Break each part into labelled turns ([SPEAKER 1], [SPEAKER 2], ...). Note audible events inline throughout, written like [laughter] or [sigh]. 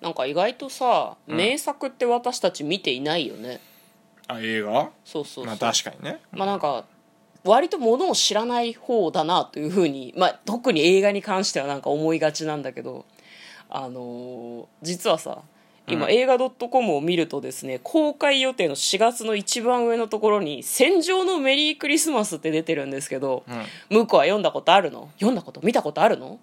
[SPEAKER 1] なんか意外とさ、
[SPEAKER 2] うん
[SPEAKER 1] 名作って私たち見ていないよね
[SPEAKER 2] あ映画
[SPEAKER 1] そうそうそう、
[SPEAKER 2] まあ確かにね
[SPEAKER 1] まあなんか割とものを知らない方だなというふうに、まあ、特に映画に関してはなんか思いがちなんだけど、あのー実はさ今、
[SPEAKER 2] うん
[SPEAKER 1] 映画 .com を見るとですね公開予定の4月の一番上のところに「戦場のメリークリスマス」って出てるんですけど
[SPEAKER 2] うん
[SPEAKER 1] 向こうは読んだことあるの読んだこと見たことあるの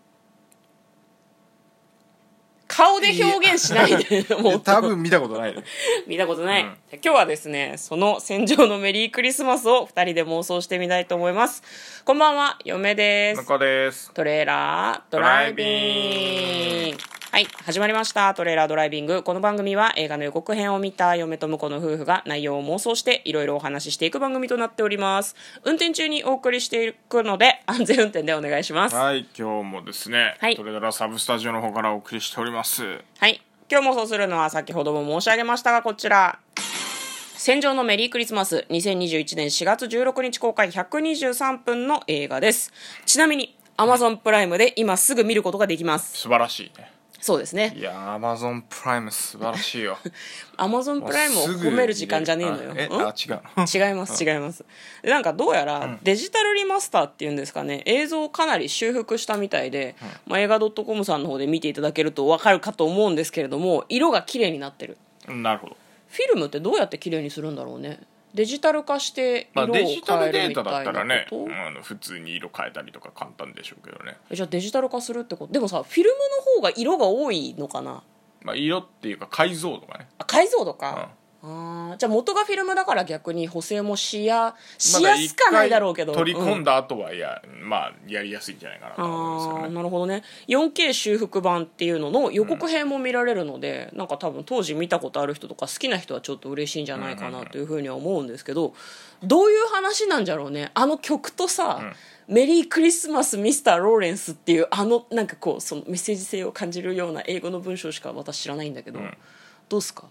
[SPEAKER 1] 顔で表現しないで
[SPEAKER 2] [laughs]
[SPEAKER 1] もう
[SPEAKER 2] 多分見たこ
[SPEAKER 1] [laughs]
[SPEAKER 2] とないね
[SPEAKER 1] 見たことない、
[SPEAKER 2] うん
[SPEAKER 1] 今日はですねその戦場のメリークリスマスを2人で妄想してみたいと思いますこんばんは嫁です
[SPEAKER 2] 向こうです
[SPEAKER 1] トレーラードライビングはい始まりましたトレーラードライビングこの番組は映画の予告編を見た嫁と婿の夫婦が内容を妄想していろいろお話ししていく番組となっております運転中にお送りしていくので安全運転でお願いしますはい、
[SPEAKER 2] はい今日もですね、
[SPEAKER 1] はい
[SPEAKER 2] トレドラサブスタジオの方からお送りしております
[SPEAKER 1] 今日妄想するのは先ほども申し上げましたがこちら戦場のメリークリスマス2021年4月16日公開123分の映画ですちなみに Amazon プライムで今すぐ見ることができます
[SPEAKER 2] 素晴らしいね
[SPEAKER 1] そうですね
[SPEAKER 2] いやアマゾンプライム素晴らしいよ
[SPEAKER 1] アマゾ [laughs] ンプライムを
[SPEAKER 2] すぐ
[SPEAKER 1] 褒める時間じゃねえのよ。
[SPEAKER 2] え
[SPEAKER 1] ん
[SPEAKER 2] あ違うの
[SPEAKER 1] 違います違いますでなんかどうやらデジタルリマスターっていうんですかね映像をかなり修復したみたいで、まあ、映画 .com さんの方で見ていただけると分かるかと思うんですけれども色が綺麗になってる
[SPEAKER 2] うん [laughs] なるほど、
[SPEAKER 1] フィルムってどうやって綺麗にするんだろうねデジタル化して
[SPEAKER 2] まあ、
[SPEAKER 1] 色を変
[SPEAKER 2] デジタル
[SPEAKER 1] える
[SPEAKER 2] デ
[SPEAKER 1] み
[SPEAKER 2] ー
[SPEAKER 1] た
[SPEAKER 2] タ
[SPEAKER 1] い
[SPEAKER 2] だったら
[SPEAKER 1] な
[SPEAKER 2] ね、
[SPEAKER 1] こと、
[SPEAKER 2] うんあの普通に色変えたりとか簡単でしょうけどね、
[SPEAKER 1] えじゃあデジタル化するってことでもさフィルムの方が色が多いのかな
[SPEAKER 2] まあ、色っていうか解像度がね
[SPEAKER 1] あ解像度か、あーじゃあ元がフィルムだから逆に補正もしやしやすかないだろうけど、
[SPEAKER 2] まだ一回取り込ん
[SPEAKER 1] だ、
[SPEAKER 2] だ後はや、まあやりやすいんじゃないかなと思うんです
[SPEAKER 1] あ
[SPEAKER 2] よ
[SPEAKER 1] ー
[SPEAKER 2] ね
[SPEAKER 1] なるほどね 4K 修復版っていうのの予告編も見られるので、なんか多分当時見たことある人とか好きな人はちょっと嬉しいんじゃないかなというふうには思うんですけど、どういう話なんじゃろうねあの曲とさ、メリークリスマスミスター・ローレンスっていうあのなんかこうそのメッセージ性を感じるような英語の文章しか私知らないんだけど、
[SPEAKER 2] ん
[SPEAKER 1] どうっすか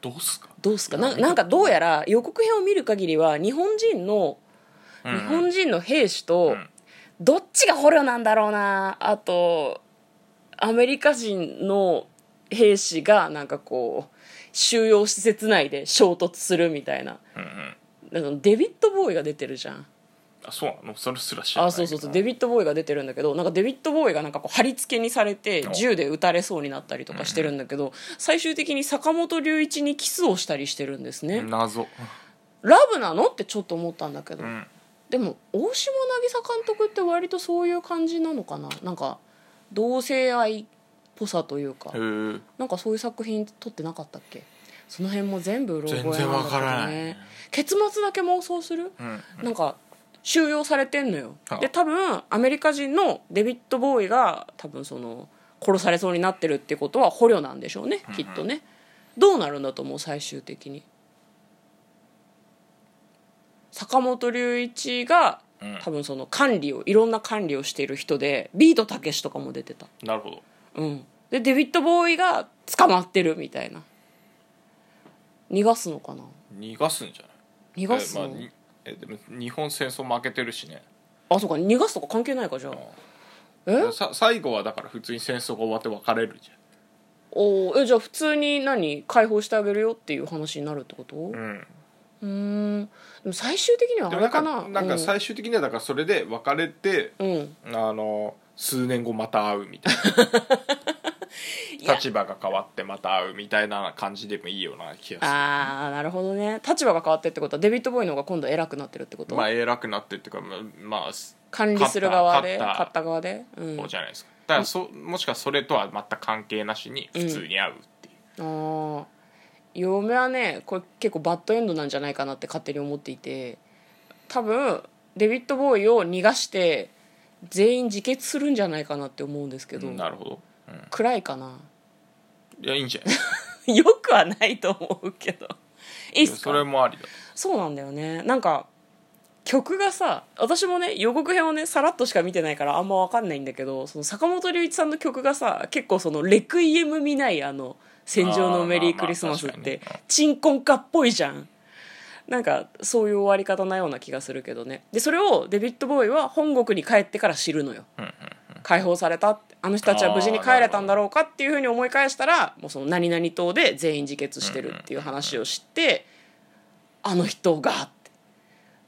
[SPEAKER 2] どうすか
[SPEAKER 1] どうすかななんかどうやら予告編を見る限りは日本人の、
[SPEAKER 2] ん
[SPEAKER 1] 日本人の兵士と、
[SPEAKER 2] ん
[SPEAKER 1] どっちが捕虜なんだろうなあとアメリカ人の兵士がなんかこう収容施設内で衝突するみたいな
[SPEAKER 2] うんうん
[SPEAKER 1] あのデビッド・ボーイが出てるじゃん
[SPEAKER 2] あそうなのそれすら知らない
[SPEAKER 1] あそうそうそうデビッド・ボーイが出てるんだけどなんかデビッド・ボーイがなんかこう貼り付けにされて
[SPEAKER 2] お
[SPEAKER 1] 銃で撃たれそうになったりとかしてるんだけど、最終的に坂本龍一にキスをしたりしてるんですね、
[SPEAKER 2] 謎
[SPEAKER 1] ラブなのってちょっと思ったんだけど、
[SPEAKER 2] うん
[SPEAKER 1] でも大島渚監督って割とそういう感じなのかななんか同性愛っぽさというか
[SPEAKER 2] へー
[SPEAKER 1] なんかそういう作品撮ってなかったっけその辺も全部うろ覚えなんだけ
[SPEAKER 2] 全
[SPEAKER 1] ど
[SPEAKER 2] 然わからない
[SPEAKER 1] ね
[SPEAKER 2] ね
[SPEAKER 1] 結末だけ妄想する、
[SPEAKER 2] うん
[SPEAKER 1] なんか収容されてんのよ
[SPEAKER 2] あ
[SPEAKER 1] で多分アメリカ人のデビッド・ボーイが多分その殺されそうになってるってことは捕虜なんでしょうねきっとねどうなるんだと思う最終的に坂本龍一が
[SPEAKER 2] うん
[SPEAKER 1] 多分その管理をいろんな管理をしている人でビートたけしとかも出てた
[SPEAKER 2] なるほど
[SPEAKER 1] うんでデビッド・ボーイが捕まってるみたいな逃がすのかな
[SPEAKER 2] 逃がすんじゃない
[SPEAKER 1] 逃がす
[SPEAKER 2] え,、まあ
[SPEAKER 1] の
[SPEAKER 2] に、えでも日本戦争負けてるしね
[SPEAKER 1] あそうか逃がすとか関係ないかじゃあえ
[SPEAKER 2] さ最後はだから普通に戦争が終わって別れるじ
[SPEAKER 1] おーえじゃあ普通に何解放してあげるよっていう話になるってこと
[SPEAKER 2] ゃん、うん、
[SPEAKER 1] うーんでも最終的にはあ
[SPEAKER 2] でも
[SPEAKER 1] れ
[SPEAKER 2] なん
[SPEAKER 1] か
[SPEAKER 2] か
[SPEAKER 1] な
[SPEAKER 2] なんか最終的にはだからそれで別れて、
[SPEAKER 1] うん、うん
[SPEAKER 2] あの数年後また会う
[SPEAKER 1] [laughs]
[SPEAKER 2] みたい
[SPEAKER 1] や
[SPEAKER 2] な立場が変わってまた会うみたいな感じでもいいような気がす
[SPEAKER 1] ああなるほどね立場が変わってってことはデビッド・ボーイの方が今度偉くなってるってこと、
[SPEAKER 2] るまあ偉くなってっていうかまあまあす
[SPEAKER 1] 管理する側で
[SPEAKER 2] 勝った
[SPEAKER 1] 勝った側で、うん、
[SPEAKER 2] 方
[SPEAKER 1] あ
[SPEAKER 2] じゃないですか、だからそもしかそれとは全く関係なしに普通に会うっていう、
[SPEAKER 1] ー嫁はねこれ結構バッドエンドなんじゃないかなって勝手に思っていて多分デビッド・ボーイを逃がして全員自決するんじゃないかなって思うんですけど、
[SPEAKER 2] うんなるほど、うん
[SPEAKER 1] 暗いかない
[SPEAKER 2] やいいんじゃない
[SPEAKER 1] よくはないと思うけどいいっす
[SPEAKER 2] それ
[SPEAKER 1] か
[SPEAKER 2] もありだ
[SPEAKER 1] そうなんだよねなんか曲がさ私もね予告編をねさらっとしか見てないからあんま分かんないんだけどその坂本龍一さんの曲がさ結構そのレクイエム見ないあの「戦場のメリークリスマス」っ
[SPEAKER 2] あーまあまあ
[SPEAKER 1] て
[SPEAKER 2] 確かにね
[SPEAKER 1] 鎮魂歌っぽいじゃんなんかそういう終わり方なような気がするけどねでそれをデビッド・ボーイは本国に帰ってから知るのよ
[SPEAKER 2] うんうん
[SPEAKER 1] 解放されたってあの人たちは無事に帰れたんだろうかっていうふうに思い返したらもうその何々党で全員自決してるっていう話をして、あの人がって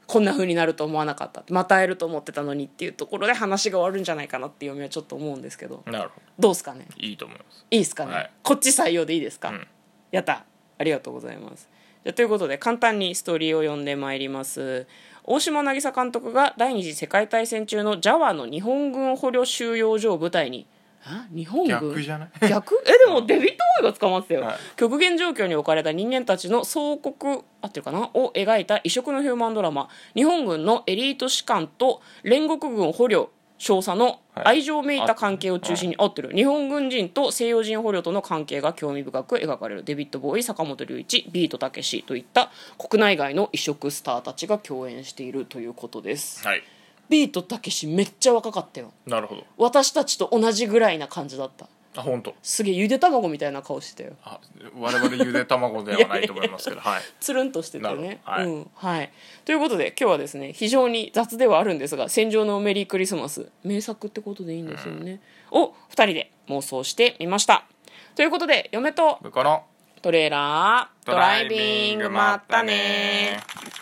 [SPEAKER 1] こんなふうになると思わなかったってまた会えると思ってたのにっていうところで話が終わるんじゃないかなっていう読みはちょっと思うんですけど
[SPEAKER 2] なるほ
[SPEAKER 1] どうですかね
[SPEAKER 2] どいいと思います
[SPEAKER 1] いいですかね、
[SPEAKER 2] はい
[SPEAKER 1] こっち採用でいいですか、
[SPEAKER 2] ん
[SPEAKER 1] やったありがとうございますじゃあということで簡単にストーリーを読んでまいります大島渚監督が第二次世界大戦中のジャワの日本軍捕虜収容所を舞台にあ日本軍
[SPEAKER 2] 逆じゃない
[SPEAKER 1] 逆えでもデビッド・ボーイが捕まってたよ、
[SPEAKER 2] はい
[SPEAKER 1] 極限状況に置かれた人間たちの総国合ってるかなを描いた異色のヒューマンドラマ日本軍のエリート士官と煉獄軍捕虜少佐の愛情めいた関係を中心に合ってる、日本軍人と西洋人捕虜との関係が興味深く描かれるデビッド・ボーイ坂本龍一ビートたけしといった国内外の異色スターたちが共演しているということです、
[SPEAKER 2] はい
[SPEAKER 1] ビートたけしめっちゃ若かったよ
[SPEAKER 2] なるほど
[SPEAKER 1] 私たちと同じぐらいな感じだった
[SPEAKER 2] あ本当
[SPEAKER 1] すげえゆで卵みたいな顔してたよ
[SPEAKER 2] あ我々ゆで卵ではないと思いますけどはい
[SPEAKER 1] つるんとしてたよね、
[SPEAKER 2] なるほどはい
[SPEAKER 1] うんはい、ということで今日はですね非常に雑ではあるんですが「戦場のメリークリスマス」名作ってことでいいんですよね、を2人で妄想してみましたということで嫁と
[SPEAKER 2] 向こうの
[SPEAKER 1] トレーラード
[SPEAKER 2] ドライビング
[SPEAKER 1] ま
[SPEAKER 2] ま
[SPEAKER 1] っ
[SPEAKER 2] ったた
[SPEAKER 1] ね
[SPEAKER 2] ね